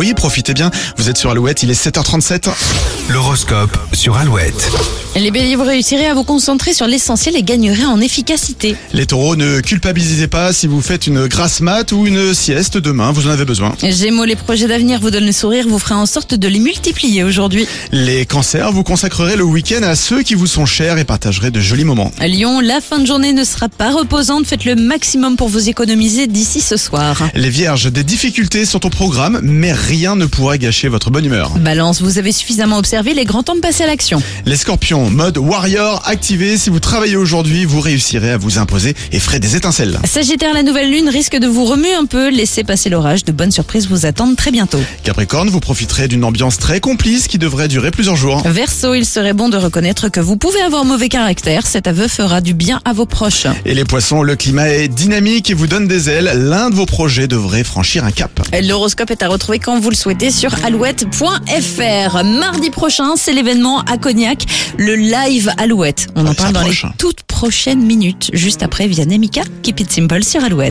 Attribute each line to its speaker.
Speaker 1: février. Profitez bien, vous êtes sur Alouette, il est 7h37.
Speaker 2: L'horoscope sur Alouette.
Speaker 3: Les béliers, vous réussirez à vous concentrer sur l'essentiel et gagnerez en efficacité.
Speaker 1: Les taureaux, ne culpabilisez pas si vous faites une grasse mat ou une sieste demain, vous en avez besoin.
Speaker 3: Gémeaux, les projets d'avenir vous donnent le sourire, vous ferez en sorte de les multiplier aujourd'hui.
Speaker 1: Les cancers, vous consacrerez le week-end à ceux qui vous sont chers et partagerez de jolis moments.
Speaker 3: Lyon, la fin de journée ne sera pas reposante, faites le maximum pour vous économiser d'ici ce soir.
Speaker 1: Les vierges, des difficultés sont au programme, mais rien ne pourra gâcher votre bonne humeur.
Speaker 3: Balance, vous avez suffisamment observé les grands temps de passer à l'action.
Speaker 1: Les scorpions, mode warrior activé, si vous travaillez aujourd'hui, vous réussirez à vous imposer et ferez des étincelles.
Speaker 3: Sagittaire, la nouvelle lune risque de vous remuer un peu, laissez passer l'orage, de bonnes surprises vous attendent très bientôt.
Speaker 1: Capricorne, vous profiterez d'une ambiance très complice qui devrait durer plusieurs jours.
Speaker 3: Verseau, il serait bon de reconnaître que vous pouvez avoir mauvais caractère, cet aveu fera du bien à vos proches.
Speaker 1: Et les poissons, le climat est dynamique et vous donne des ailes, l'un de vos projets devrait franchir un cap.
Speaker 3: L'horoscope est à retrouver quand vous le souhaitez sur alouette.fr. Mardi prochain, c'est l'événement à Cognac, le live Alouette. On
Speaker 1: Ah,
Speaker 3: en
Speaker 1: ça
Speaker 3: parle dans les
Speaker 1: approche.
Speaker 3: toutes prochaines minutes, juste après Vianney Mika, Keep It Simple sur Alouette.